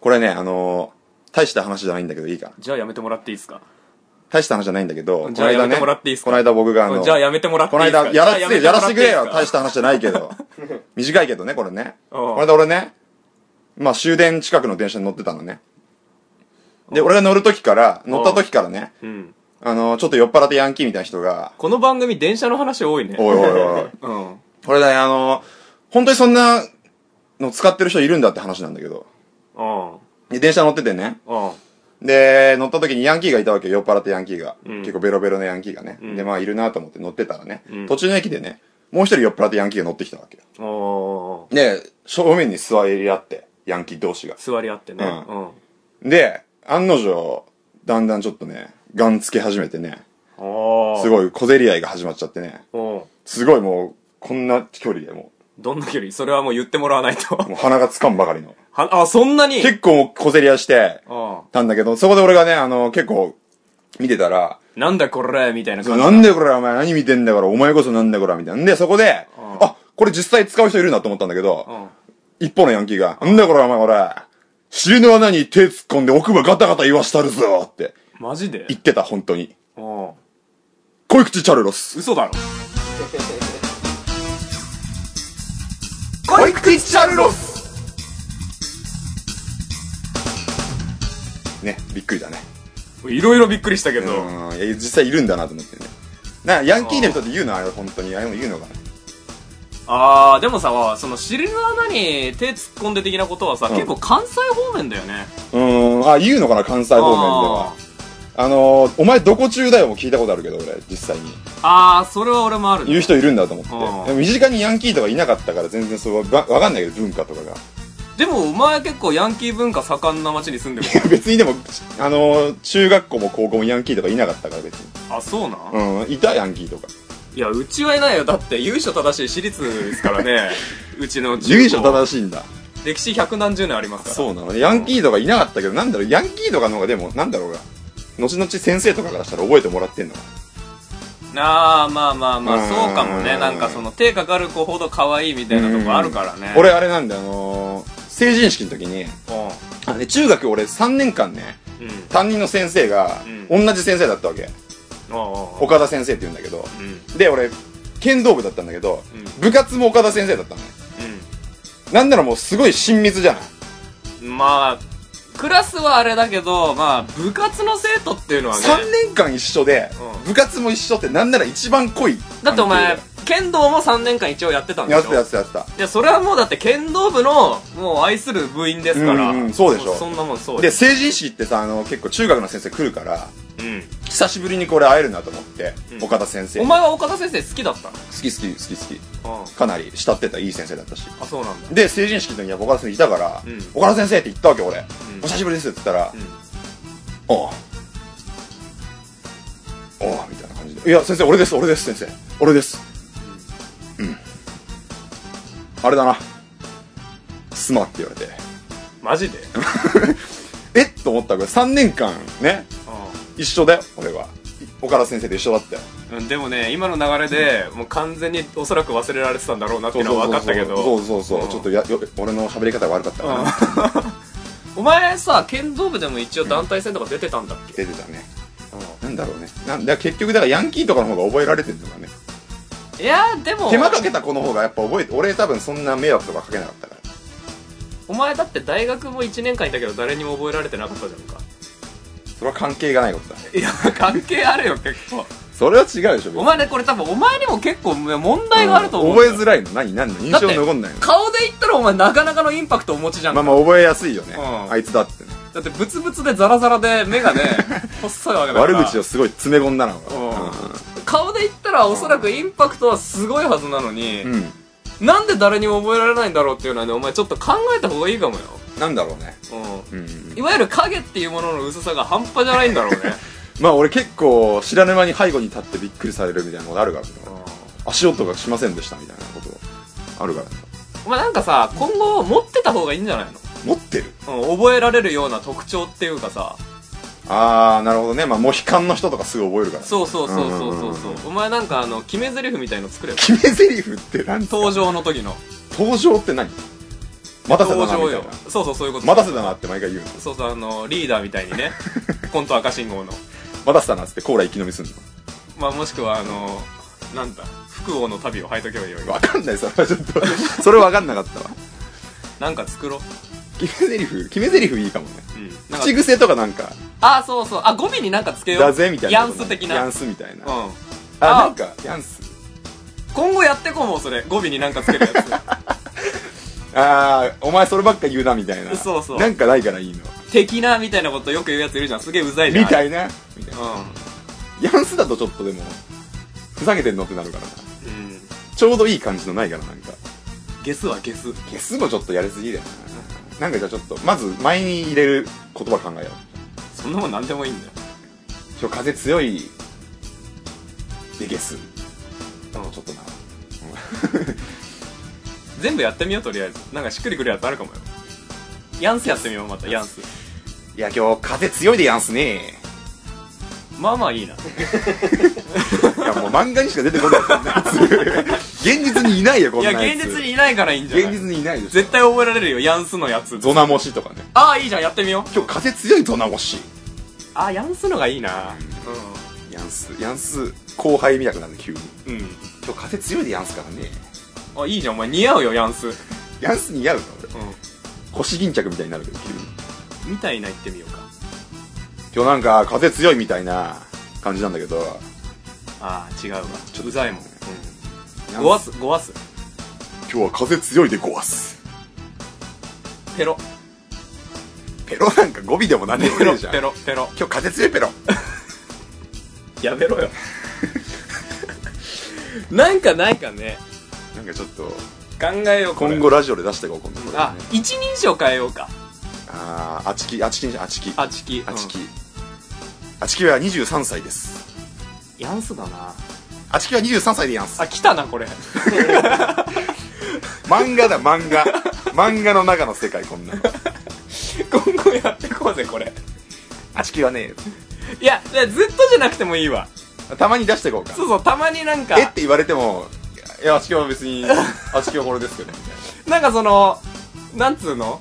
これね、あのー大した話じゃないんだけどいいかな。じゃあやめてもらっていいですか大した話じゃないんだけど、じゃあこの間やめてもらっていいっすかこの間僕があの、じゃあやめてもらっていこのいです間、やからせて、じゃやあらやせてめくもれらっよ。ていいですか大した話じゃないけど。短いけどね、これね。おうこの間俺ね、まあ終電近くの電車に乗ってたのね。で、俺が乗る時から、乗った時からね、うん。あの、ちょっと酔っ払ってヤンキーみたいな人が、この番組電車の話多いね。おいおいおい。うん。これね、あの、本当にそんなの使ってる人いるんだって話なんだけど。うん。で、電車乗っててね。うん。で、乗った時にヤンキーがいたわけよ、酔っ払ってヤンキーが。うん結構ベロベロのヤンキーがね。うんで、まあいるなと思って乗ってたらね、うん途中の駅でね、もう一人酔っ払ってヤンキーが乗ってきたわけよ。おー。で、正面に座り合って、ヤンキー同士が。座り合ってね。ううん。で、案の定、だんだんちょっとね、ガンつけ始めてね、おー。すい。ごい小競り合いが始まっちゃってね、おーすごいもう、こんな距離でもどんな距離それはもう言ってもらわないとう、。もう鼻がつかんばかりの。はあ、そんなに結構小競り合いしてうん。たんだけど、そこで俺がね、あの、結構、見てたら、なんだこれみたいなそう感じ。なんでこれお前何見てんだから、お前こそなんだこれみたいな。で、そこで、うんあ、これ実際使う人いるなと思ったんだけうど、ん。一方のヤンキーが、なんだこれお前これ、尻の穴に手突っ込んで奥歯ガタガタ言わしたるぞってマジで言ってた、本当に。うん。恋口チャルロス。嘘だろ。恋口チャルロスね、びっくりだね。いろいろびっくりしたけうど。ん、いや、実際いるんだなと思ってね。な、ヤンキーの人って言うのあれ、本当に。ああいうの言うのかな。あー、でもさ、その尻の穴に手突っ込んで的なことはさ、うん結構関西方面だよね。うん、あ、言うのかな、関西方面では。あのー、お前どこ中だよも聞いたことあるけど、俺、実際に。あー、あーそれは俺もあるね言う人いるんだと思っあて。でも身近にヤンキーとかいなかったから、全然そうわわかんないけど、文化とかが。 でもお前結構ヤンキー文化盛んな町に住んでる別にでも、あのー、中学校も高校もヤンキーとかいなかったから、別に。あそうなん、うん、いたヤンキーとか。いやうちはいないよだって由緒正しい私立ですから ねうちの中由緒し正しいんだ。い歴史百何十年ありますからそうなのね。ヤンキーとかいなかったけど、なんだろう、ヤンキーとかの方がでも、なんだろうが、後々先生とかからしたら覚えてもらってんのかあーまあまあまうあんそうかもねなんかその手かかる子ほど可愛いみたいなとこあるからな。ね俺、あれなんだよ、あのー、成人式の時に、うあね、中学俺3年間ね、んうん担任の先生が、う同じ先生だったわけ。お岡田先生って言うんだけど、うんうんで、俺、剣道部だったんだけど、うん部活も岡田先生だったのね。なんならもうすごい親密じゃないうんまあクラスはあれだけどまあ部活の生徒っていうのはね ?3 年間一緒で、うん部活も一緒ってなんなら一番濃い。だってお前剣道も3年間一応やってたんでしやょってたやってたやってた。いや、それはもうだって剣道部の、もう愛する部員ですから。うんうんそうでしょそそんなもんそうで、です。成人式ってさ、あの、結構中学の先生来るから、うん。久しぶりにこれ会えるなと思って、うん岡田先生お好前は岡田先生好きだったのき好き好き好きうん。かなり慕ってたいい先生だったしあ、そうなんだ。で成人式の時には岡田先生いたから「うん岡田先生」って言ったわけ俺、んお久しぶりです」って言ったら「うおうおうみたいな感じで「いや先生俺です俺です先生俺です」うんあれだなすまんって言われてん。マジでうん。えっと思ったけど3年間ね一緒だよ俺は岡田先生と一緒だったようんでもね、今の流れで、もう完全におそらく忘れられてたんだろうなっていうのは分かったけど。そうそうそう、うんちょっとやよ俺の喋り方が悪かったかな、うん お前さ、剣道部でも一応団体戦とか出てたんだっけ出てたねなんだろうねなんだ結局だからヤンキーとかの方が覚えられてるのかねいや、でも、手間かけた子の方がやっぱ覚えて俺多分そんな迷惑とかかけなかったからお前だって大学も1年間いたけど誰にも覚えられてなかったじゃんか。それは関係がないことだねいや、関係あるよ、結構。それは違うでしょ別にお前ね、これ多分お前にも結構問題があると思う。覚えづらいの何何の印だって象に残んないの顔で言ったらお前なかなかのインパクトお持ちじゃん、まあまあ覚えやすいよね、うんあいつだってねだってブツブツでザラザラで目 がね細いわけだか悪ら口をすごい詰め込んだのがうん顔で言ったらおそらくインパクトはすごいはずなのに、うん、うんなんで誰にも覚えられないんだろうっていうのはねお前ちょっと考えた方がいいかもよ、なんだろうねううん、ん、いわゆる影っていうものの薄さが半端じゃないんだろうね、まあ俺結構知らぬ間に背後に立ってびっくりされるみたいなことあるからねうん足音がしませんでしたみたいなことあるからねお前なんかさ今後持ってた方がいいんじゃない持ってるの、うん、覚えられるような特徴っていうかさああなるほどねまあモヒカンの人とかすぐ覚えるからそうそうそうそうそううんうんそううんお前なんかあの決め台詞みたいの作れよ決め台詞って何登場の時の登場って何待たせたなみたい上なよそうそうそういうこと待たせたなって毎回言うのそうそうあのリーダーみた いにねコント赤信号の待たせたなっつってコーラ一気飲みすんのまあもしくはあのなんだ福王の旅を履いとけばいいよわかんないそれはちょっ とそれわかんなかったわなんか作ろう、決め台詞決め台詞いいかもねうん、なんか口癖とかなんかあそうそうあ語尾になんかつけようだぜみたいなヤこンとス的なヤンスみたいな、うんああなんかヤンス今後やってこうもうそれ語尾になんかつけるやつああお前そればっか言うなみたいなそうそうなんかないからいいの 的なみたいなことよく言うやついるじゃんすげえうざいじゃんみたいなみたいなう、ヤンスだとちょっとでもふざけてんのってなるからなんうん、ちょうどいい感じのないからなんかゲスはゲスゲスもちょっとやりすぎだよななんかじゃあちょっとまず前に入れる言葉考えようそんなもん何でもいいんだよ今日風強いでゲスうんちょっとな全部やってみようとりあえずなんかしっくりくるやつあるかもよヤンスやってみようまたヤンスいや今日風強いでやんすねまあまあいいないやもう漫画にしか出てこないこんなやつ現実にいないよこんいなややつ現実にいないからいいんじゃない現実にいないです絶対覚えられるよヤンスのやつゾナモシとかねああいいじゃんやってみよう今日風強いゾナモシああヤンスのがいいなヤンスヤンス後輩みたくなる急にうんうん今日風強いでやんすからねあいいじゃんお前似合うよヤンスうヤンス似合うの俺ん腰巾着みたいになるけど急にみたいな言ってみようか今日なんか風強いみたいな感じなんだけどああ違うわちょっとうざいもん、うん、ご今わすごわす日は風強いでごわすペロペロなんか語尾でも何でもペねロえじゃんペロペロ今日風強いペロやめろよ なんかないかねなんかちょっと考えようこれ今後ラジオで出していこう今度これねあ一人称変えようかあーあちきあちきにしあちきあちきあちきあちきは23歳ですヤンスだなあちきは23歳でやんすあ来たなこれ 漫画だ漫画漫画の中の世界こんなの今後やってこうぜこれあちきはねいやいやずっとじゃなくてもいいわたまに出していこうかそうそうたまになんかえって言われてもいやあちきは別にあちきはこれですけどみたいななんかそのなんつうの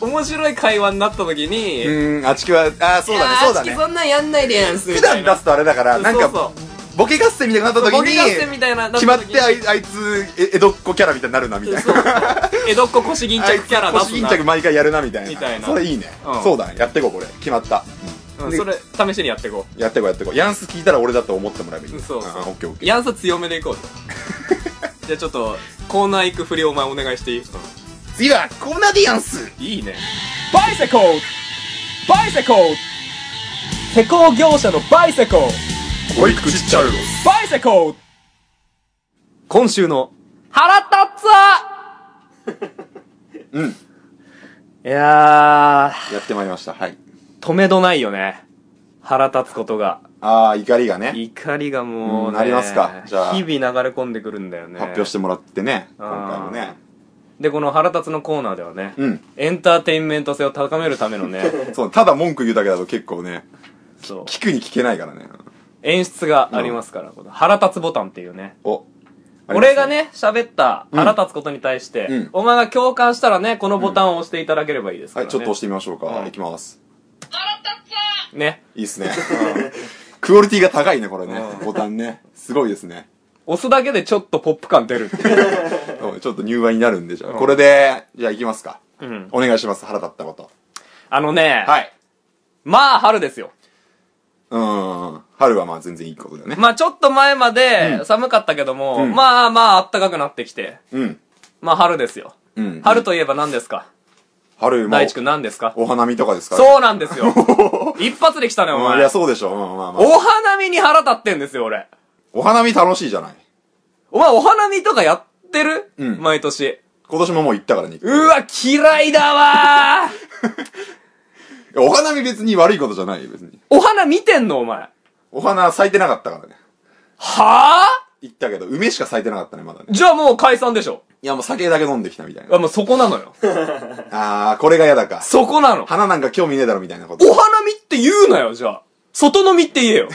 面白い会話になった時にうーん、あちきは、ああ、そうだね、そうだいやーあちきね。そんなんやんないでやんす普みたい段な出すとあれだから、なんそうかそ、ボケ合戦みたいになったう時ボケ合戦に、みたいな決まってああいいあいつ、え江戸っ子キャラみたいになるな、みたいそうな。江戸っ子腰巾あい着つキャラ出腰す巾な着毎回やるな、みたいな。みたいなそれいいねうん。そうだね、やってこう、これ。決まった。うんでそれ試しにやっていこやってこう、やってこう。ヤンス聞いたら俺だと思ってもらえばいい。うそうそうあーオッケーオッケー。ヤンス強めでいこう ぜじゃあちょっとコーナー行く振りをお前お願いしていい、次は、コーナーでヤンスいいねバイセコーバイセコー施工業者のバイセコーおいくちっちゃうよ。バイセコー今週の、腹立つわうん、いややってまいりました。はい。ー止めどないよね腹立つことがああ、怒りがね、怒りがもう、うんね、ありますかじゃあ日々流れ込んでくるんだよね発表してもらってね、あ今回もね。でこの腹立つのコーナーではね、うん。エンターテインメント性を高めるためのね そう、ただ文句言うだけだと結構ね、そう聞くに聞けないからね。演出がありますから、この腹立つボタンっていうねお。俺が、ね喋ったうん腹立つことに対して、うんお前が共感したらねこのボタンを押していただければいいですかはら、い、ねちょっと押してみましょうか。うんいきます。ねいいっすね。クオリティが高いね、これねう。んボタンね。すごいですね。押すだけでちょっとポップ感出るって いうおいちょっと入話になるんで、じゃあ。これで、じゃあ行きますか。うんお願いします、腹立ったこと。あのね、はい。まあ春ですようーん。春はまあ全然いいことだよね。まあちょっと前まで寒かったけども、うんまあまあ暖かくなってきてうん。まあ春ですようん。春といえば何ですか、春も大地君何ですかお花見とかですかそうなんですよ 一発で来たねおうん。い前や、そうでしょ。うんまあまあ。お花見に腹立ってんですよ俺お花見楽しいじゃない。お前お花見とかやってる、うん毎年。今年ももう行ったからに。うわ、嫌いだわーいやお花見別に悪いことじゃないよ、別に。お花見てんのお前。はお花咲いてなかったからね。あ行ったけど、梅しか咲いてなかったね、まだね。じゃあもう解散でしょ。いや、もう酒だけ飲んできたみたいな。あ、もうそこなのよ。あー、これが嫌だか。そこなの。花なんか興味ねえだろみたいなこと。お花見って言うなよ、じゃあ。外飲みって言えよ。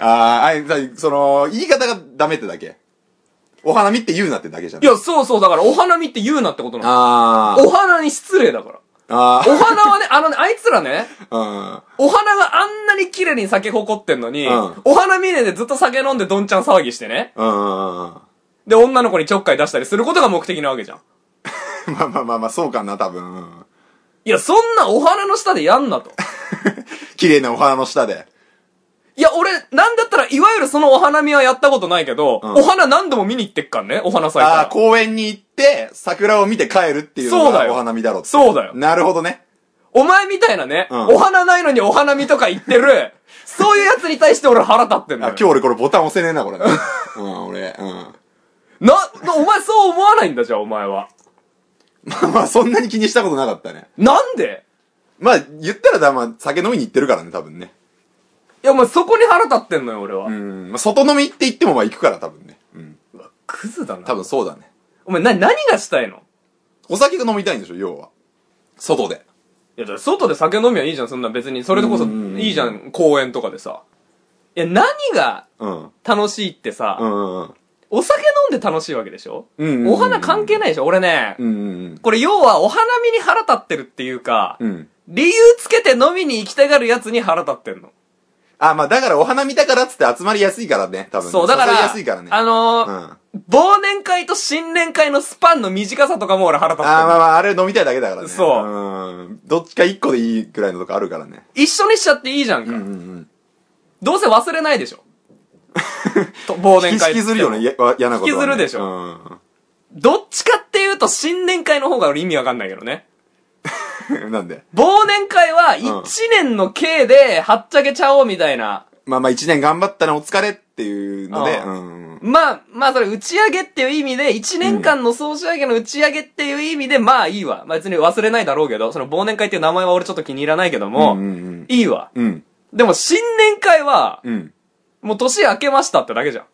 あーあい、だその、言い方がダメってだけ。お花見って言うなってだけじゃん。いや、そうそう、だから、お花見って言うなってことなの。あー。お花に失礼だから。あお花はね、あのね、あいつらね、ー。お花があんなに綺麗に咲き誇ってんのに、うんお花見ねでずっと酒飲んでどんちゃん騒ぎしてね。うん。うん。うん。で、女の子にちょっかい出したりすることが目的なわけじゃん。 まあまあまあまあ、そうかな、多分。うんいや、そんなお花の下でやんなと。綺麗なお花の下で。いや、俺、なんだったら、いわゆるそのお花見はやったことないけど、うんお花何度も見に行ってっからね、お花咲いたああ、ら。公園に行って、桜を見て帰るっていうそのうだがよお花見だろってそうだよ。なるほどね。お前みたいなね、うんお花ないのにお花見とか言ってる、そういうやつに対して俺腹立ってんだあ、よ今。日俺これボタン押せねえな、 これ。うん、俺。うん。な、なお前そう思わないんだじゃあ、お前は。まあまあ、そんなに気にしたことなかったね。なんでまあ、言ったらだ、まあ、酒飲みに行ってるからね、多分ね。いや、お前そこに腹立ってんのよ、俺は。うん。まあ、外飲みって言っても、まあ、行くから、多分ね。うん。うわクズだな。多分そうだね。お前、な、何がしたいのお酒が飲みたいんでしょ、要は。外で。いや、だから外で酒飲みはいいじゃん、そんな別に。それでこそ、うんうんうんいいじゃん、公園とかでさ。いや、何がうん。楽しいってさ、うんうんうん。お酒飲んで楽しいわけでしょ、うんうんうんお花関係ないでしょ俺ね、うんうんこれ要はお花見に腹立ってるっていうか、うん。うん。理由つけて飲みに行きたがるやつに腹立ってんの。あ、まあ、だからお花見たからっつって集まりやすいからね、多分ね。そう、だから、誘いやすいからね。あのうーん。忘年会と新年会のスパンの短さとかも俺腹立ってあーんまの。あまあ、あれ飲みたいだけだからね。そううん。どっちか一個でいいくらいのとこあるからね。一緒にしちゃっていいじゃんか。うんうん。どうせ忘れないでしょと忘引き年会っ引きてずるよね、やわ嫌なことはね。引きずるでしょうん。どっちかっていうと新年会の方が俺意味わかんないけどね。なん で忘年会は一年の計ではっちゃけちゃおうみたいな。まあまあ一年頑張ったな、お疲れっていうので、ううん。まあ、まあそれ打ち上げっていう意味で、一年間の総仕上げの打ち上げっていう意味で、まあいいわ。まあ別に忘れないだろうけど、その忘年会っていう名前は俺ちょっと気に入らないけども、うんうんいいわ。うん。うん。でも新年会は、うん。もう年明けましたってだけじゃん。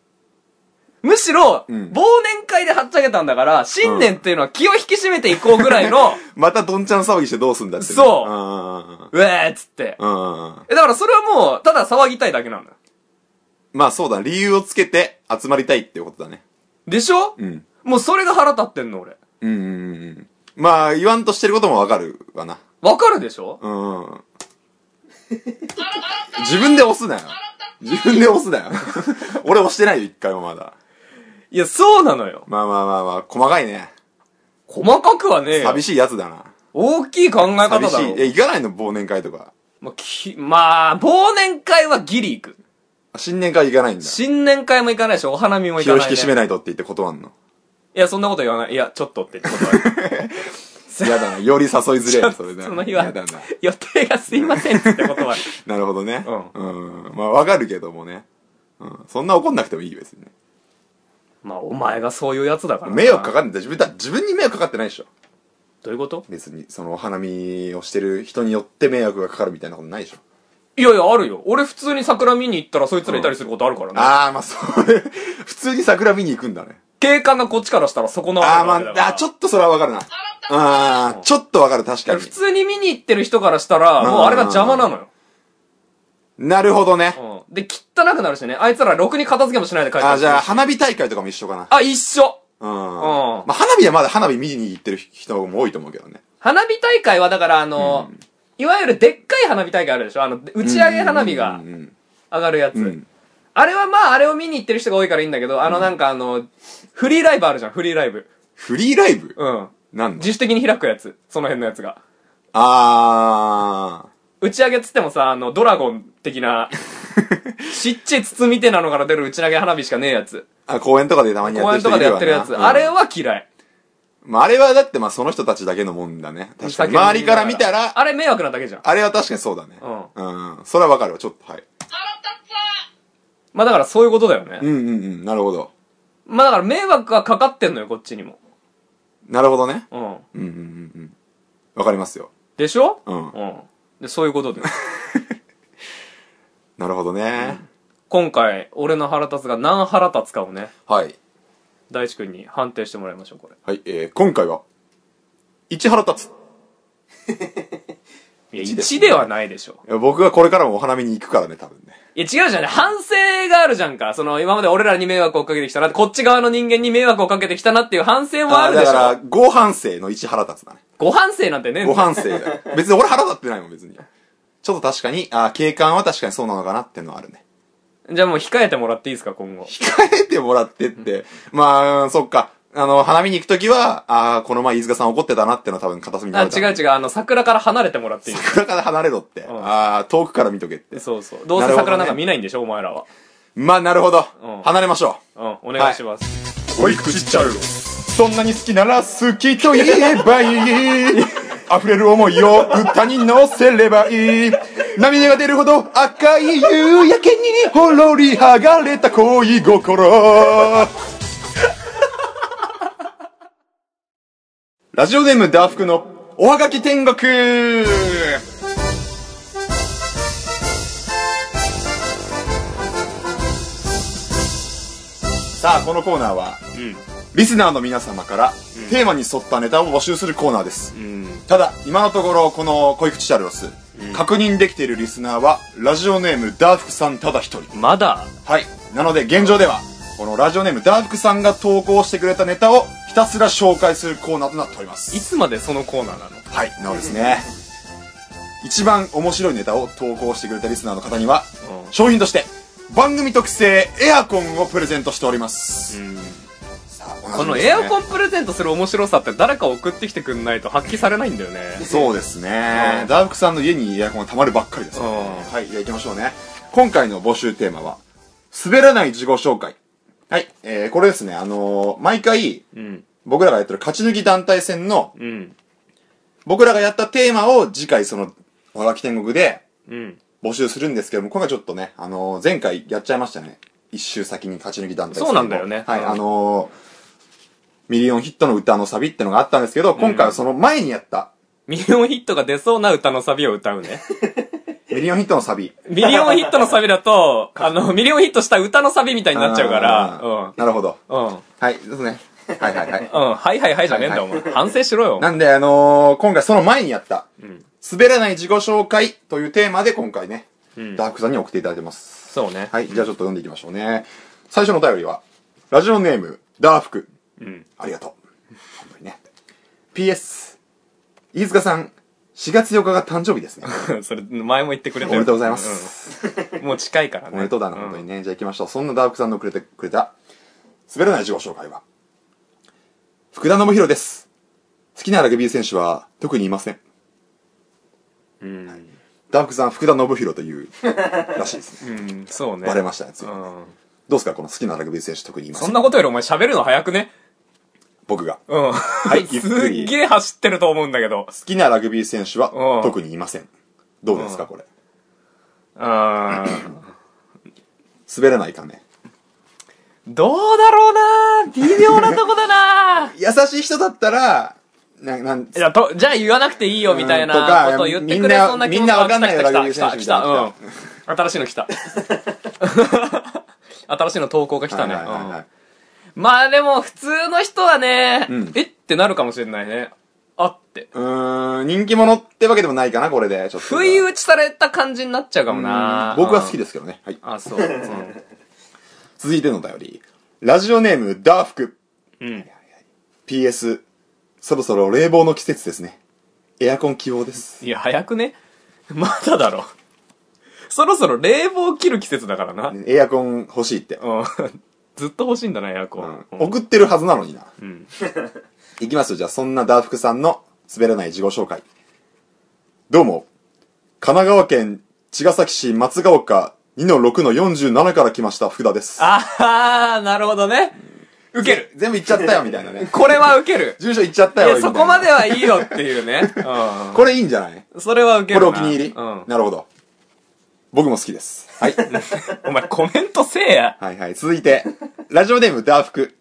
むしろ、うん忘年会ではっちゃけたんだから、新年っていうのは気を引き締めていこうぐらいの、またどんちゃん騒ぎしてどうすんだってね。そうううえーっつって。んうんうんうん。うん。えだからそれはもう、ただ騒ぎたいだけなんだよ。まあそうだ、理由をつけて集まりたいっていうことだね。でしょ、うん。もうそれが腹立ってんの俺。うんうんうんうん。まあ、言わんとしてることもわかるわな。わかるでしょうん。自分で押すなよ。自分で押すなよ。俺押してないよ、一回もまだ。いや、そうなのよ。まあまあまあまあ、細かいね。細かくはねえよ寂しいやつだな。大きい考え方だ寂ろ。しい。え、行かないの忘年会とか。まあ、きまあ、忘年会はギリ行く。あ新年会行かないんだ。新年会も行かないし、お花見も行気かをな引い、ね。き締めないとって言って断んの。いや、そんなこと言わない。いや、ちょっとって言ってこ とは。やだな。より誘いづれえな、それな。 その日はやだな。予定がすいませんって言ってことは。なるほどね。ううん。まあ、わかるけどもね。うん。そんな怒んなくてもいいよ、別にね。まあ、お前がそういうやつだからな。迷惑かかんない。自分だ、自分に迷惑かかってないでしょ。どういうこと別に、そのお花見をしてる人によって迷惑がかかるみたいなことないでしょ。いやいや、あるよ。俺普通に桜見に行ったらそいつらいたりすることあるからね。ああ、まあ、それ、 普通に桜見に行くんだね。警官がこっちからしたらそこのああ、あまだからあ、あーちょっとそれはわかるな。ああ、ちょっとわかる、確かに普。通に見に行ってる人からしたら、もうあれが邪魔なのよ。なるほどね。うん。で、汚くなるしね。あいつらろくに片付けもしないで帰ってくるああ、じゃあ、花火大会とかも一緒かな。あ、一緒うん。んまあ、花火はまだ花火見に行ってる人も多いと思うけどね。花火大会はだからあの、いわゆるでっかい花火大会あるでしょあの、打ち上げ花火がうんうん上がるやつ。うん。あれはまあ、あれを見に行ってる人が多いからいいんだけど、あのなんかあの、フリーライブあるじゃん、フリーライブ。フリーライブうん。なんだ自主的に開くやつ。その辺のやつが。あ打ち上げっつってもさ、あの、ドラゴン的 な、ちっちゃい筒みてえなのから出る打ち上げ花火しかねえやつ。ーあ。公園とかでたまにやっ公て園る人といかでるやわってるやつ。なあれうんは嫌い。まあ、あれはだってまあその人たちだけのもんだね。確かに。周りから見たら、あれ迷惑なだけじゃん。あれは確かにそうだね。ううん。それはわかるわ、ちょっと、はい。まあだからそういうことだよね。うんうんうん、なるほど。まあだから迷惑がかかってんのよ、こっちにも。なるほどね。うん。うんうんうんうん。わかりますよ。でしょうんうん。で、そういうことで。なるほどね。 今回、俺の腹立つが何腹立つかをね、はい。大地君に判定してもらいましょう、これ。はい、えー、今回は、一腹立つ。いや、 1です1ではないでしょ。いや僕はこれからもお花見に行くからね、多分ね。いや、違うじゃん。反省があるじゃんか。その、今まで俺らに迷惑をかけてきたなって、こっち側の人間に迷惑をかけてきたなっていう反省もあるでしだかょ。ら、ご反省の一腹立つだね。ご反省なんてねえんだごよ。反省 だよ。別に俺腹立ってないもん、別に。ちょっと確かに、あー警官は確かにそうなのかなってのはあるね。じゃあもう控えてもらっていいですか、今後。控えてもらってって。まあ、うんそっか。あの、花見に行くときは、ああ、この前飯塚さん怒ってたなってのは多分片隅にあ、ある違う違う。あの、桜から離れてもらってい い暗から離れろって。んああ、遠くから見とけって。そうそう。どうせ桜なんか見ないんでしょ、お前らは。まあ、なるほど。うん離れましょうん、お願いします。う。おい、口ちゃうよ。そんなに好きなら好きと言えばいい。溢れる思いを歌に乗せればいい。涙が出るほど赤い夕焼けにほろり剥がれた恋心。ラジオネームダーフクのおはがき天国さあ、このコーナーは、リスナーの皆様から、テーマに沿ったネタを募集するコーナーです。うん。ただ、今のところ、この恋口チャルロス、確認できているリスナーは、ラジオネームダーフクさんただ一人。まだはい。なので、現状では、このラジオネームダーフクさんが投稿してくれたネタを、ひたすら紹介するコーナーとなっておりますい。つまでそのコーナーなのはい、なおですね。一番面白いネタを投稿してくれたリスナーの方には、うん商品として、番組特製エアコンをプレゼントしております。さあ、このエアコンンプレゼントする面白さって誰か送ってきてくんないと発揮されないんだよね。そうですね、うんダーフクさんの家にエアコンが溜まるばっかりですからね、うんはい、じゃあ行きましょうね。今回の募集テーマは、滑らない自己紹介。はい、えー、これですね、あのー毎回、うん。僕らがやってる勝ち抜き団体戦の、うん。僕らがやったテーマを次回その、おはがき天国でうん。募集するんですけども、今回ちょっとね、あのー前回やっちゃいましたね。一周先に勝ち抜き団体戦をそうなんだよねはい、うんあのーミリオンヒットの歌のサビってのがあったんですけど、今回はその前にやった、ミリオンヒットが出そうな歌のサビを歌うね。ミリオンヒットのサビ。ミリオンヒットのサビだ と、あの、ミリオンヒットした歌のサビみたいになっちゃうかあらー、なるほど。うん。うん。はい、ですね。はいはいはい。うん。はいはいはいじゃねえんだ、お前。反省しろよ。なんで、あのー今回その前にやった、ん滑らない自己紹介というテーマで今回ね、うんダークさんに送っていただいてます。そうね。はい、じゃあちょっと読んでいきましょうね。最初のお便りは、ラジオネーム、ダーフク。うん。 ありがとう。本当にね。PS、飯塚さん、4月4日が誕生日ですね。それ、前も言ってくれおてめでる。とうございます。うん。もう近いからね。おめでとうだな、本当にね。じゃあ行きましょう。そんなダークさんのくれてくれた、滑らない自己紹介は、福田信弘です。好きなラグビー選手は特にいません。うん。ダークさん、福田信弘という、らしい ですね。うん、そうね。バレましたね、ついにう。どうんですか、この好きなラグビー選手特にいませそんん。なことよりお前喋るの早くね僕が。うん。はゆいっくりすっげえ走ってると思うんだけど。好きなラグビー選手うはん特にいません。どうですか、これ。うん。滑らないかね。どうだろうな微妙なとこだな優しい人だったら、な、なん、いや、と、じゃあ言わなくていいよみたいうんとかなことを言ってくれそうな気みん持ちなあわかんないよ来た来ラたグビー選手来みたたいな来た。うん。新しいの来た。 新しいの投稿が来たね。はいはいはいはいうんまあでも、普通の人はね、うんえってなるかもしれないね。あって。うーん、人気者ってわけでもないかな、これで。ちょっと。不意打ちされた感じになっちゃうかもな僕は好きで。ですけどね。はい。あ、そう。うん続いてのお便り。ラジオネーム、ダーフク。うん。 PS、そろそろ冷房の季節ですね。エアコン希望です。いや、早くね。まだだろ。そろそろ冷房切る季節だからな。エアコン欲しいって。うん。ずっと欲しいんだな、エアコうンん。送ってるはずなのにな。うん。 いきますよ。じゃあ、そんなダーフクさんの滑らない自己紹介。どうも。神奈川県茅ヶ崎市松ヶ丘2-6-47から来ました、福田です。あー、なるほどね。受ける。全部言っちゃったよ、みたいな ね。これは受ける。住所言っちゃっいたよ、や、みたいそなこまではいいよっていうね。これいいんじゃないうん。それは受けこれるな。お気に入り、うん。なるほど。僕も好きです。はい。 お前コメントせえや。はいはい。続いて、ラジオネームダーフク。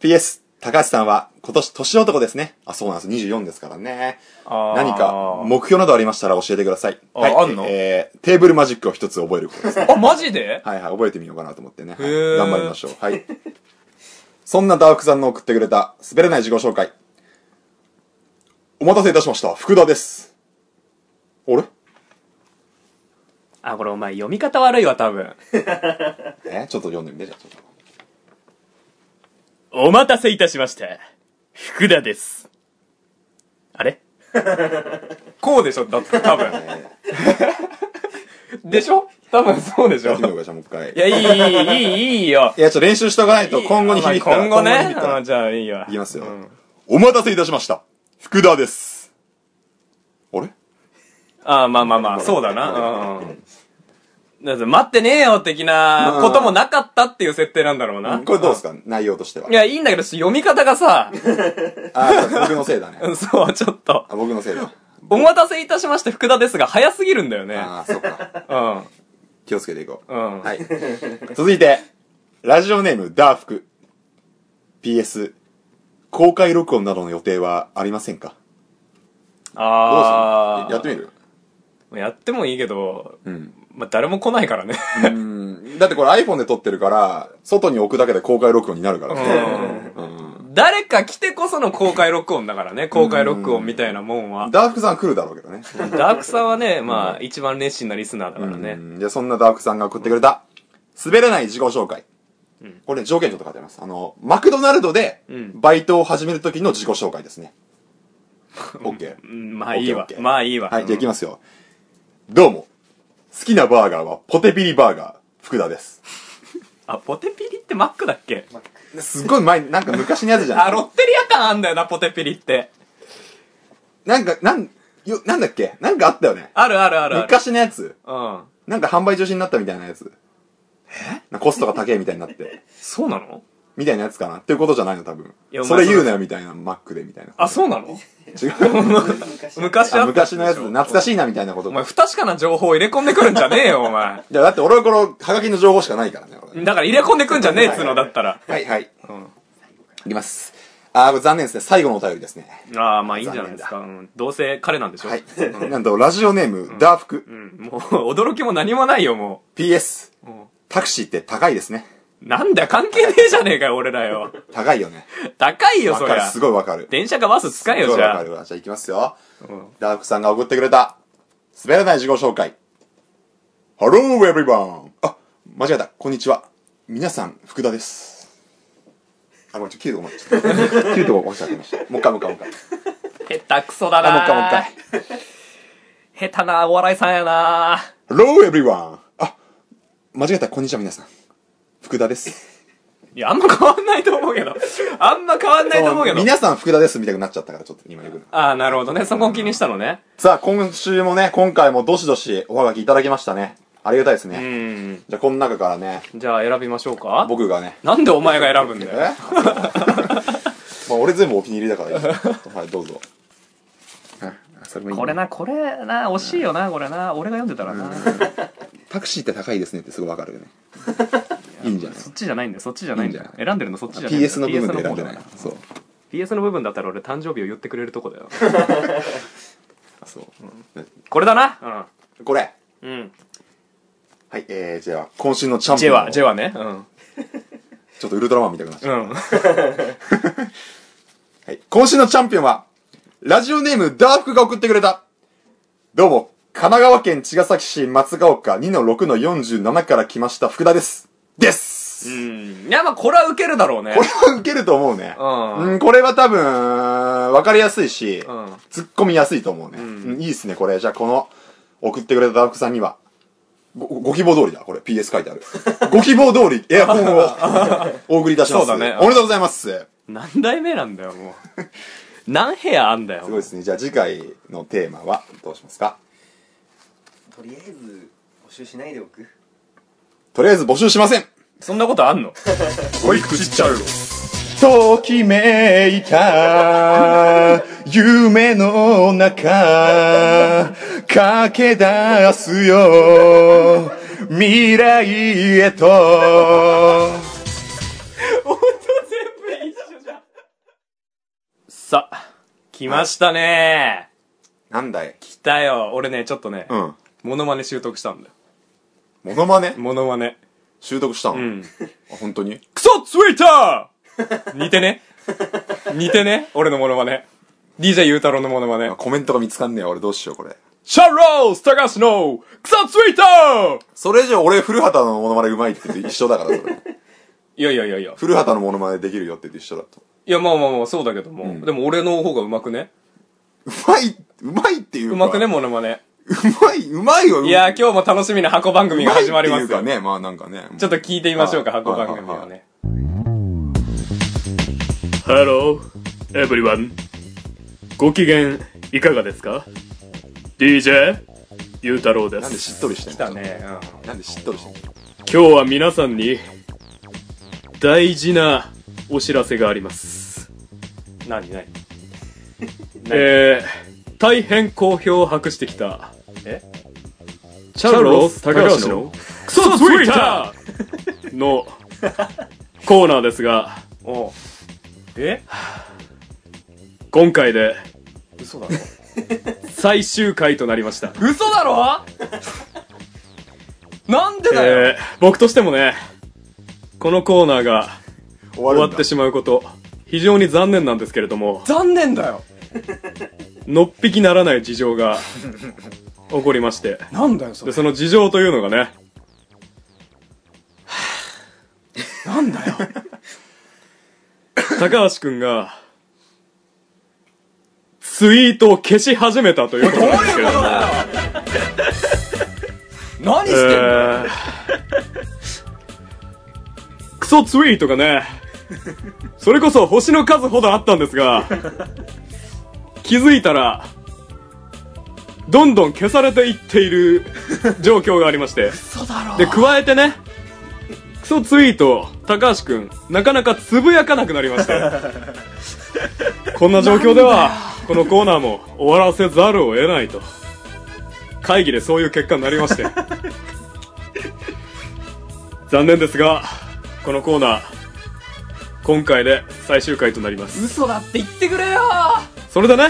PS、高橋さんは今年年男ですね。あ、そうなんです。24ですからね。あー何か目標などありましたら教えてください。あはい、あんのえー、テーブルマジックを一つ覚えることですね。 あ、マジではいはい。覚えてみようかなと思ってね。はいへー頑張りましょう。はい。そんなダークさんの送ってくれた滑らない自己紹介。お待たせいたしました。福田です。あれあ、これお前読み方悪いわ、多分。えちょっと読んでみて、じゃあちょっと。お待たせいたしました。福田です。あ れこうでしょだって、多分。 でしょ多分そうでしょやってみようか、じゃあもう一回。いや、いい、いい、いい、いいよ。いや、ちょっと練習しとかないと今後に響くから。今後にね響く。からあじゃあいいわ。いきますよ、お待たせいたしました。福田です。あれああ、まあまあまあ、そうだな。うんうん。だって待ってねえよ的なこともなかったっていう設定なんだろうな。。これどうですか内容としてはいや、いいんだけど、読み方がさ、あ ー、僕のせいだね。そう、ちょっと。あ、僕のせいだ。お待たせいたしました、福田ですが、早すぎるんだよね。ああ、そっか。うん。気をつけていこう。うんはい。続いて、ラジオネーム、ダーフク。PS、公開録音などの予定はありませんかどうあすあ。るやってみるやってもいいけど、うん。まあ、誰も来ないからね。 うんだってこれ iPhone で撮ってるから、外に置くだけで公開録音になるからね。うん誰か来てこその公開録音だからね、公開録音みたいなもんは。ダーフクさん来るだろうけどね。ダークさんはね、まあ、一番熱心なリスナーだからね。うんじゃあそんなダークさんが送ってくれた、滑らない自己紹介。これね条件ちょっと書いてあります。あの、マクドナルドでん、バイトを始める時の自己紹介です ね。OK う。んまあいいわ OK OK。まあいいわ。はい、じゃあいきますよ。どうも。好きなバーガーは、ポテピリバーガー、福田です。あ、ポテピリってマックだっけすっごい前、なんか昔のやつじゃあ、ないロッテリア感あんだよな、ポテピリって。なんか、なん、よ、なんだっけなんかあったよね。あるあるあるある。昔のやつ。うん。なんか販売中止になったみたいなやつ。えコストが高えみたいになって。そうなのみたいなやつかなっていうことじゃないの、多分いや。お前それ言うなよ、みたいな、マックで、みたいな。あ、そうなの違う。昔ああった昔のやつで、懐かしいな、みたいなことお。前、不確かな情報を入れ込んでくるんじゃねえよ、お前。いや、 だって俺はこの、ハガキの情報しかないからね、俺だから入れ込んでくんじゃねえっつうのだったら。はい、はい。いきます。あー、これ残念ですね。最後のお便りですね。ああ、まあいいんじゃないですか。うんどうせ彼なんでしょはい。 なんと、ラジオネーム、ダーフうク。ん、もう、 驚きも何もないよ、も PS ん。タクシーって高いですね。う。なんだよ、関係ねえじゃねえかよ、俺らよ。高いよね。高いよ、わそかりる。ゃす。ごいわかる。電車かバス使えよ、すごじいわゃかあ。るわ。じゃあ行きますよ。んダークさんが送ってくれた、滑らない自己紹介。Hello, everyone! あ、間違えた。こんにちは。皆さん、福田です。あ、ごめん、ちょ、切るとこ間違え た。切るとこ間違ってました。もう一回、もう一回、もう一回。下手くそだあ、なもう一回、もう一回。 下手なお笑いさんやな Hello, everyone! あ、間違えた。こんにちは、皆さん。福田です。いや、あんま変わんないと思うけ ど。あんま変わんないと思うけど。皆さん、福田です。みたいになっちゃったから、ちょっと今よくない。ああ、なるほどね。そこを気にしたのね。さあ、今週もね、今回もどしどしおはがきいただきましたね。ありがたいですうね。ん。じゃあ、この中からね、じゃあ選びましょうか。僕がね、なんでお前が選ぶんだよ。え まあ俺全部お気に入りだ からいいはいどうぞそれもいいこれな、これな、惜しいよな、これな。俺が読んでたらな。そタクシーって高いですねってすごいわかるよねいいんじゃないっちじゃないんだよ、そっちじゃないんだよいいん。じゃ選んでるのそっちじゃないんだよ。 PS の部分で選んでないだよそう PS の部分だったら俺誕生日を言ってくれるとこ だよ。あそう、これだな。これうん。うん。はいえー、じゃあ今週のチャンピ J オンは、を J はね。うん。ちょっとウルトラマンみたくなっちゃう、うん。はい、今週のチャンピオンはラジオネームダーフクが送ってくれたどうも神奈川県茅ヶ崎市松ヶ丘2の6の47から来ました福田ですです、うん。いや、まあこれは受けるだろうねこ。れは受けると思うね。うんうんこれは多分、わかりやすいし、ん突っ込みやすいと思うね。うんいいっすね、これ。じゃあ、この、送ってくれたダークさんには、ご、ご希望通りだ。これ、PS 書いて ある。ご希望通り、エアコンを、お送りいたします。そうだねおめでとうございます。す何代目なんだよ、もう。何部屋あんだよ。ごいですね。じゃあ、次回のテーマは、どうしますかとりあえず募集しないでおくとりあえず募集しません。そんなことあんのおいくちっちゃうときめい た夢の中駆け出すよ未来へとさあ、来ましたねなんだい来たよ。俺ね、ちょっとね、んモノマネ習得したんだよ。モノマネモノマネ。習得したの、うん。あ本当にクソツイッター 似てね似てね俺のモノマネ。DJ ゆうたろうのモノマネあ。コメントが見つかんねえ俺どうしようこれシャーロース高橋の草ツイーターそれ以上俺古畑のモノマネうまいって言って一緒だからそ れいやいやいやいや。古畑のモノマネできるよって言って一緒だといや、まあまあまあ、そうだけども。うんでも俺の方がうまくねうまいうまいっていうかうまくね、モノマネ。うまいうまいよいや、今日も楽しみな箱番組が始まりますかよ。ねまあなんかねちょっと聞いてみましょうか、はい箱番組をね。 Hello, everyone. ご機嫌いかがですか ?DJ ゆうたろうで。なんですしっとりしてん来のたね。なんでしっとりしてんの今日は皆さんに大事なお知らせがあります。うん。なになにえー、大変好評を博してきた。えチャルロス・高橋のクソツイッター のコーナーですが、おうえ今回で嘘だろ最終回となりました。嘘だろ なんでだよ、えー、僕としてもね、このコーナーが終終わわるんっだてしまうこと、非常に残念なんですけれども、残念だよのっぴきならない事情が起こりまして、なんだよそで、れその事情というのがね、なんだよ高橋くんが、ツイートを消し始めたということどうなんですけいれうどことも、だよ何してんえの、ー、クソツイートがね、それこそ星の数ほどあったんですが、気づいたら、どんどん消されていっている状況がありまして。嘘だろで、加えてね、クソツイート、高橋くん、なかなかつぶやかなくなりまして。 こんな状況では、このコーナーも終わらせざるを得ないと。会議でそういう結果になりま して。残念ですが、このコーナー、今回で最終回となります。嘘だって言ってくれよそれでね、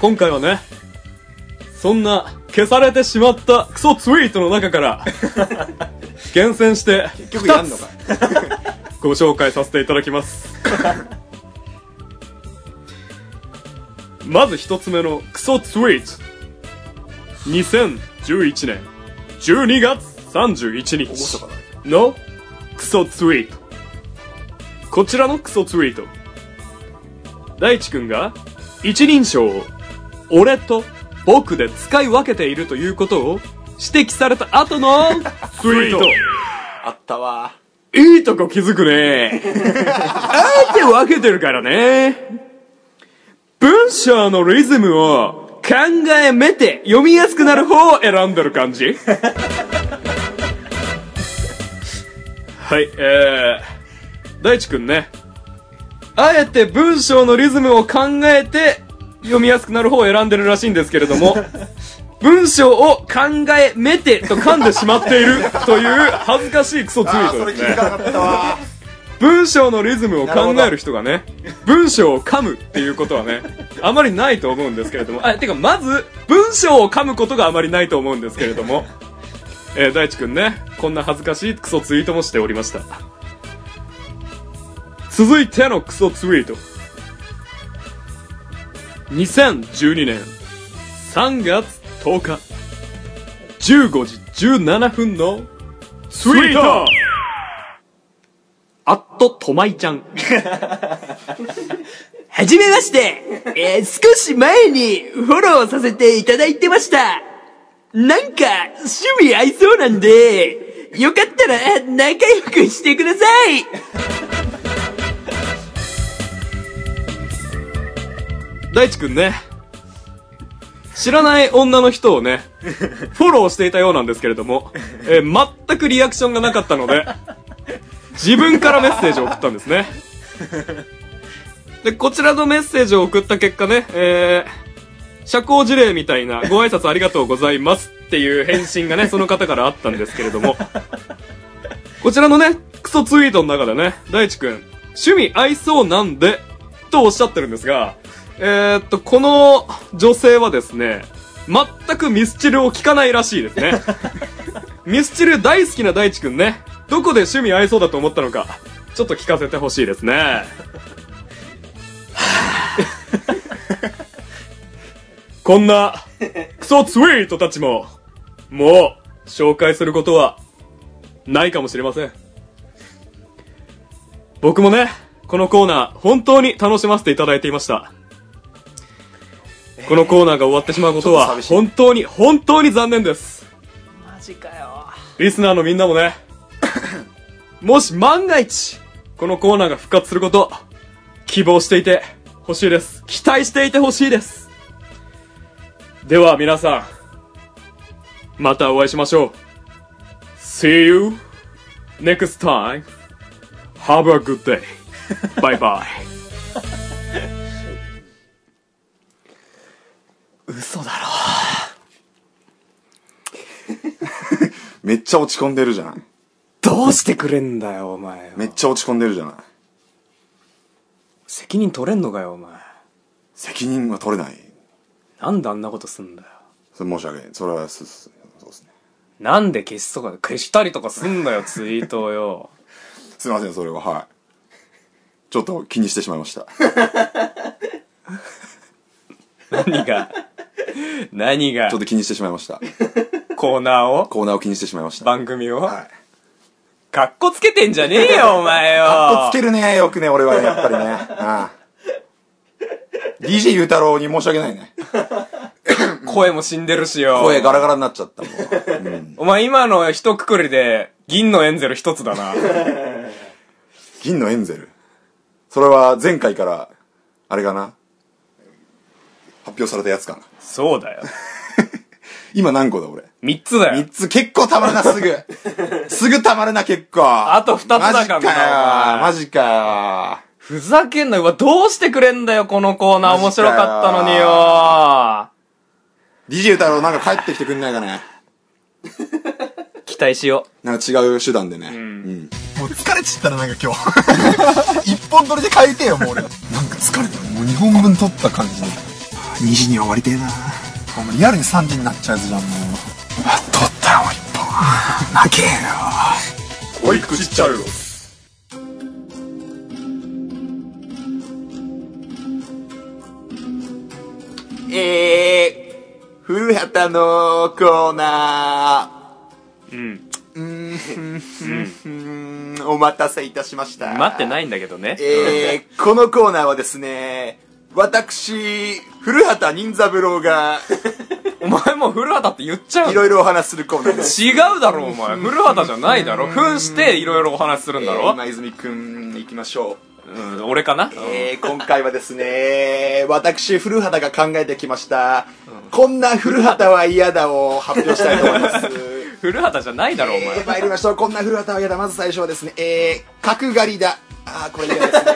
今回はね、そんな消されてしまったクソツイートの中から、厳選して、結局やんのかご紹介させていただきます。まず一つ目のクソツイート。2011年12月31日。面白かったねのクソツイートこちらのクソツイート大地君が一人称を俺と僕で使い分けているということを指摘された後のツイートあったわいいとこ気づくねあえて分けてるからね文章のリズムを考えめて読みやすくなる方を選んでる感じはい、えー、大地くんね。あえて文章のリズムを考えて読みやすくなる方を選んでるらしいんですけれども、文章を考えめてと噛んでしまっているという恥ずかしいクソツイあーーそトれで聞すねき。たかったわ文章のリズムを考える人がね、文章を噛むっていうことはね、あまりないと思うんですけれども、あ、てかまず、文章を噛むことがあまりないと思うんですけれども、えー大地くんね、こんな恥ずかしいクソツイートもしておりました。続いてのクソツイート。2012年3月10日、15時17分のツイートあっと、とまいちゃん。はじめまして、えー少し前にフォローさせていただいてました。なんか趣味合いそうなんで、よかったら仲良くしてください。大地くんね、知らない女の人をね、フォローしていたようなんですけれども、えー全くリアクションがなかったので、自分からメッセージを送ったんですね。で、こちらのメッセージを送った結果ね、えー社交辞令みたいなご挨拶ありがとうございますっていう返信がね、その方からあったんですけれども、こちらのね、クソツイートの中でね、大地くん、趣味合いそうなんで、とおっしゃってるんですが、えー、っと、この女性はですね、全くミスチルを聞かないらしいですね。ミスチル大好きな大地くんね、どこで趣味合いそうだと思ったのか、ちょっと聞かせてほしいですね。はぁこんな、クソツイートたちも、もう、紹介することは、ないかもしれません。僕もね、このコーナー、本当に楽しませていただいていました。このコーナーが終わってしまうことちょっとは、寂しい本当に、本当に残念です。マジかよ。リスナーのみんな もね、もし万が一、このコーナーが復活すること、希望していてほしいです。期待していてほしいです。では皆さん、またお会いしましょう。See you next time. Have a good day. Bye bye. 嘘だろ めっちゃ落ち込んでるじゃんどうしてくれんだよ、お前めっちゃ落ち込んでるじゃない責任取れんのかよ、お前。責任は取れないなんであんなことすんだよ。それ申し訳ないそれはすすそうですねなんで消しとか、消したりとかすん だよ、ツイートをよ。すいませんそれははいちょっと気にしてしまい ました何が何がちょっと気にしてしまいましたコーナーをコーナーを気にしてしまいました番組をはいかっこつけてんじゃねえよお前かっこよつけるねよくね俺はねやっ ぱりねああ DJ ゆうたろうに申し訳ないね声も死んでるしよ声ガラガラになっちゃったもう、うんお前今の一括りで銀のエンゼル一つだな銀のエンゼルそれは前回からあれかな発表されたやつかなそうだよ今何個だ俺三つだよ3つ結構たまるなすぐ すぐたまるな結構あと二つだからなマジかお前よマジかよふざけんなようわどうしてくれんだよこのコーナー面マジか白よかったのによ DJ 太郎なんか帰ってきてくんないかね期待しよなんか違う手段でね。うん。もう疲れちったらなんか今日。 一本取りで帰りてえよ、もう俺。なんか疲れた。もう2本分取った感じで。2時に終わりてえな。もうリアルに3時になっちゃうやつじゃん、もう。あ、取ったよ、もう1本。負けえよ。おい、くじっちゃうよ。えー、古畑のコーナううんー。うーん、お待たせいたしました。。待ってないいんだけどねえー、このコーナーはですね、私、古畑任三郎が、お前もう古畑って言っちゃういのろいろお話しするコーナーです。 違うだろお前古畑じゃないだろ扮していろいろお話しするんだえーろ今泉くん、行きましょう。うん俺かなえー、今回はですね、私、古畑が考えてきました、こんな古畑は嫌だを発表したいと思い ます。古畑じゃないだろおえ前ー、参りましょう。こんな古畑は嫌だ。まず最初はですね、えー、角刈りだ。あー、これ嫌ですね。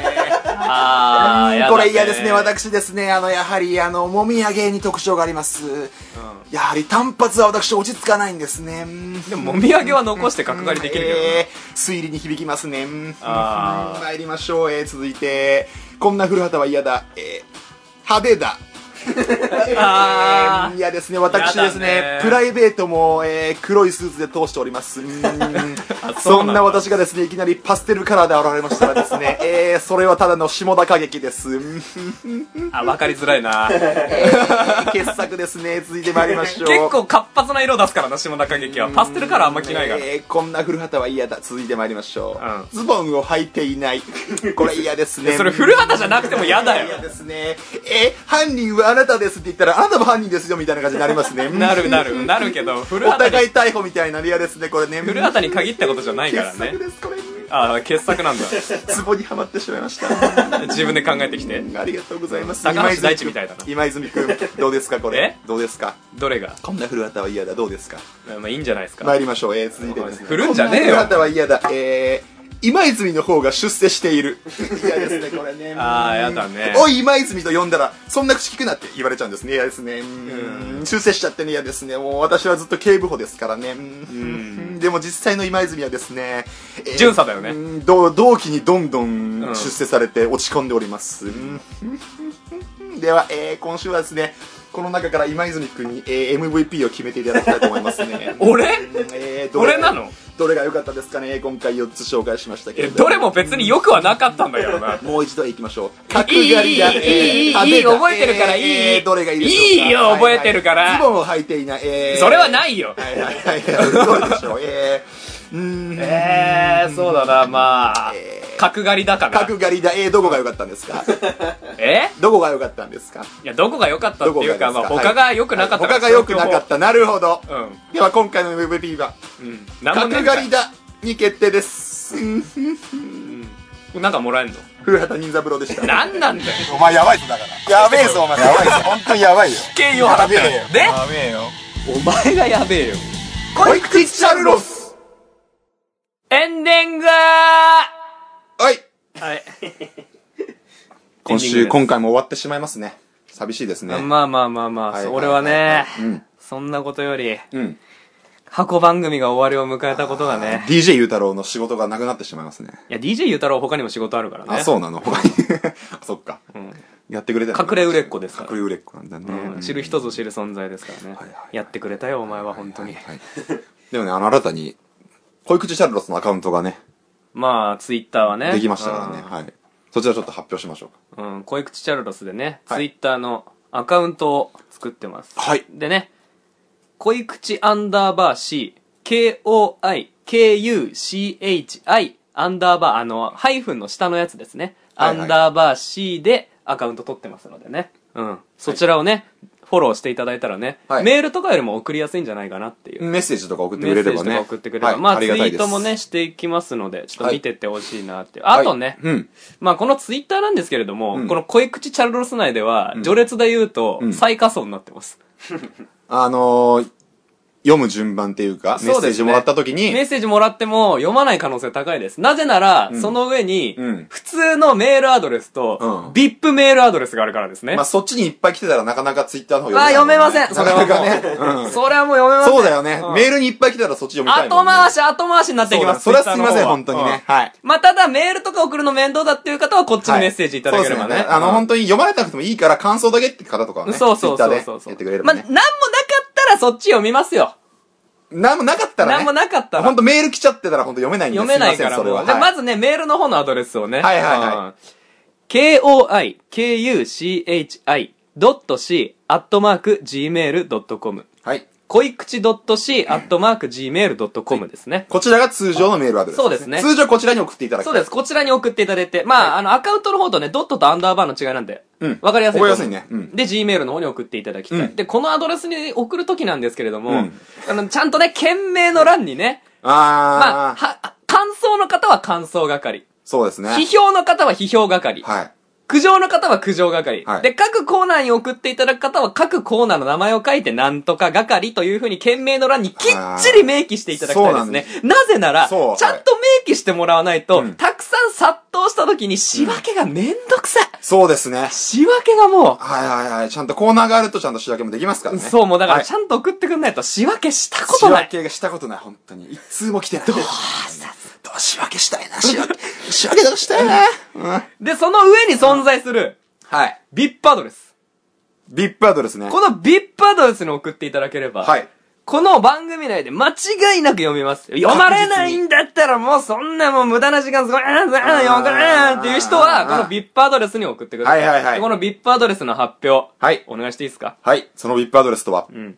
ああ、やだこねれ嫌ですね。。私ですね、あの、やはり、あの、もみあげに特徴があります。やはり単発は私落ち着かないんですね。うんでも、もみあげは残して角刈りできるけどね。えー推理に響きますね。うんあー参りましょう。えー、続いて、こんな古畑は嫌だ。えー、派手だ。 あいやですね、私ですね、やだねプライベートも、えー黒いスーツで通しております。う ーんそんな私がですね、いきなりパステルカラーで現れましたらですね、えーそれはただの下田歌劇です。うーんあ、わかりづらいな。 傑作ですね、続いてまいりましょう。結構活発な色出すからな、下田景樹は。パステルカラーあんま着ないから。えーこんな古畑は嫌だ。続いてまいりましょう。うズボンを履いてい ない。これ嫌ですね。それ古畑じゃなくても嫌だ嫌よ。ですね。え、犯人はあなたですって言ったら、あなたも犯人ですよみたいな感じになりますね。 なるなる、なるけど、古お互畑いに、逮捕みたいになる嫌ですね、これね。古畑に限ったことじゃないから傑ね作。です、これ。ああ、傑作なんだ。ツボにはまってしまいました。 自分で考えてきて。ありがとうございます。高橋君大地みたいだな今泉君、どうですか、これ。どうですか。どれがこんな古畑は嫌だ、どうですか。まあいいんじゃないですか。参りましょう、えー、続いてですね。振るんじゃねえこよな古畑は嫌だ、えー、今泉の方が出世して いる。嫌ですね、これね。ああ、やだね。おい今泉と呼んだらそんな口聞くなって言われちゃうんですね嫌ですねうん修正しちゃってね嫌ですねもう私はずっと警部補ですからねうんでも実際の今泉はですねえー巡査だよねうん同同期にどんどんうん出世されて落ち込んでおりますうんでは、えー今週はですねこの中から今泉君に、えー MVP を決めていただきたいと思いますね 俺えーどれ俺なのどれが良かったですかね今回4つ紹介しましたけえれどどれも別によくはなかったんだけどなもう一度行きましょう角刈りがいいいいえーいい派手いいだ覚えてるからいいえーどれがいいでしょうかいいよはは覚えてるからズボンを履いていないえーそれはないよはいはいはいはいどれでしょうえーうーんえー、そうだな、まあ、角刈りだから。角刈りだえーどこが良かったんですかえどこが良かったんですかいや、どこが良かったっていうか、どこまがあ、です他が良くなかったはい他が良くなかったなるほど、うんでは今回の MVP はうん。角なん刈りだに決定です うんなんかもらえんの古畑任三郎でしたなんなんだよ。お前やばいぞだからやべえぞお前やばいぞ本当にやばいよ危険よ、払ってるやべえでよやべえよお前がやべえよ。コイクティチャルロスエンディングははいい。今週今回も終わってしまいますね寂しいですねまあまあまあまあ、はい俺はね、うんそんなことより、うん箱番組が終わりを迎えたことがね。 DJ ゆうたろうの仕事がなくなってしまいますねいや、DJ ゆうたろう他にも仕事あるからね。あそうなの 他にあそっか、やってくれたよね隠れ売れっ子ですから隠れ売れっ子なんだね、うん知る人ぞ知る存在ですからねはいはい。やってくれたよ、お前は本当に。はい、でもねあの新たに恋口シャルロスのアカウントがねまあ、ツイッターはね。できましたからねはいそちらちょっと発表しましょうかうん。うん、恋口チャルロスでね、はいツイッターのアカウントを作ってます。はいでね、恋口アンダーバー C、KOI、KUCHI、アンダーバー、あの、ハイフンの下のやつですね。はいはいアンダーバー C でアカウント取ってますのでね。うん。そちらをね、フォローしていただいたらね、はいメールとかよりも送りやすいんじゃないかなっていう。メッセージとか送ってメくれッセれーばジとねか送ってくれれば。はいまあ、あツイりがたいーですトもね、していきますので、ちょっと見てってほしいなっていう。はいあとね、うんまあ、このツイッターなんですけれども、うんこの恋口チャルロス内では、序列で言うとん、最下層になってます。あのー、読む順番っていうかメッセージもらった時に、メッセージもらっても読まない可能性高いです。なぜなら、その上にうん、普通のメールアドレスうとん、 VIP メールアドレスがあるからですね。まあ、そっちにいっぱい来てたらなかなかツイッターの方あ、読めません。そそれれははもね、う。うんそれはもう読めません。そうだよね、うんメールにいっぱい来たらそっち読みたいも後ん、ね。回し、後回しになってそきうまだす。それはすみませ Twitter ん、の方は本当に。うんね。はい。まあ、ただ、メールとか送るの面倒だっていう方は、こっちにメッセージいただければはね。いそうですよあの、本当に読まれなくてもいいから感想だけって方とかはね。そうそうそう Twitter そうでそやう。ってくれれまばあ、なねん。もなかったらそっち読みますよ。なんもなかったらね。なんもなかったら本当メール来ちゃってたら本当読めないんで読めないかすらもみう。ません、そでれは。まず、ずね、メールの方のアドレスをね。はいはいはいい。koikuchi.c.gmail.com はい。恋口 .c.gmail.com ですね。こちらが通常のメールアドレス、そうですね通常こちらに送っていただく。そうです。こちらに送っていただいて。まあ、あの、アカウントの方とね、ドットとアンダーバーの違いなんで。うんわかりやすいと思う。わかりやすいねうんで、Gmail の方に送っていただきたい。うんで、このアドレスに送るときなんですけれども、うんあの、ちゃんとね、件名の欄にね、まあ、あー、は、感想の方は感想係。そうですね。批評の方は批評係。はい。苦情の方は苦情係、はいで、各コーナーに送っていただく方は各コーナーの名前を書いてなんとか係というふうに件名の欄にきっちり明記していただきたいですねあー。なぜなら、ちゃそうんと明記してもらわないと、うんたくさん殺到した時に仕分けがめんどくさい。そうですね。仕分けがもはいはいはい。ちゃんとコーナーがあるとちゃんと仕分けもできますからう、ね。そう、もうだからはいちゃんと送ってくんないと仕分けしたこ仕とない分。けがしたことない、本当に。一通も来てない。どうどう仕分けしたいな、仕分け。仕分けどうしたいな。うん。で、その上に存在する、はい。 VIP アドレス。ビップアドレスね。この VIP アドレスに送っていただければ、はい。この番組内で間違いなく読みますよ。読まれないんだったらもうそんなもう無駄な時間すごい、あーあー読まないっていう人は、この VIP アドレスに送ってください。はいはいはいでこの VIP アドレスの発表。はいお願いしていいですかはい。そのビップアドレスとは、ん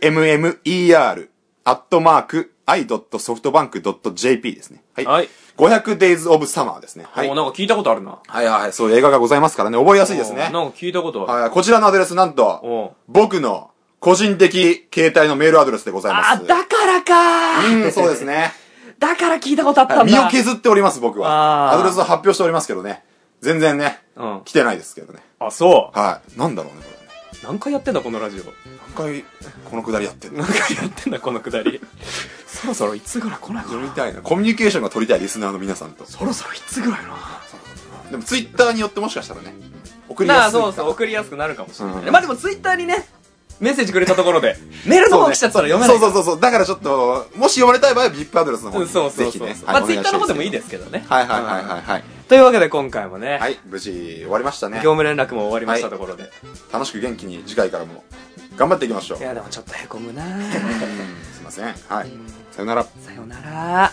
500days.of-summer アットマーク i.softbank.jp ですね。はい。はい 500days of summer ですね。はい。おはなんか聞いたことあるな。いはい。そういう映画がございますからね。覚えやすいですおね。なんか聞いたことある。はい。こちらのアドレスなんと、お僕の個人的携帯のメールアドレスでございます。あ、だからかーうん、そうですね。だから聞いたことあったんだ。身を削っております、僕あーは。アドレスを発表しておりますけどね。全然ね、うん来てないですけどね。あ、そはい。なんだろうね、こう。何回やってんだ、このラジオ。れ。何回、このくだりやってん の何回やってんだ、このくだり。そろそろいつぐらい来ないか取な。りたいな。コミュニケーションが取りたい、リスナーの皆さんと。そろそろいつぐらいな。でも、ツイッターによってもしかしたらね、送りなやあすいかそうら。そう送りやすくなるかもしれない、うんまあでもツイッターにねメッセージくれたところで、メールの方来ちゃったら読めないそうそうそうそうだからちょっともし読まれたい場合は VIP アドレスの方うにんそうそうぜひそうねまあツイッターの方でもいいですすけどねはいはいはいはいはいというわけで今回もね、はい無事終わりましたね業務連絡も終わりましたところで、楽しく元気に次回からも頑張っていきましょうい、やでもちょっとへこむなう んすいませんはいさよならさよなら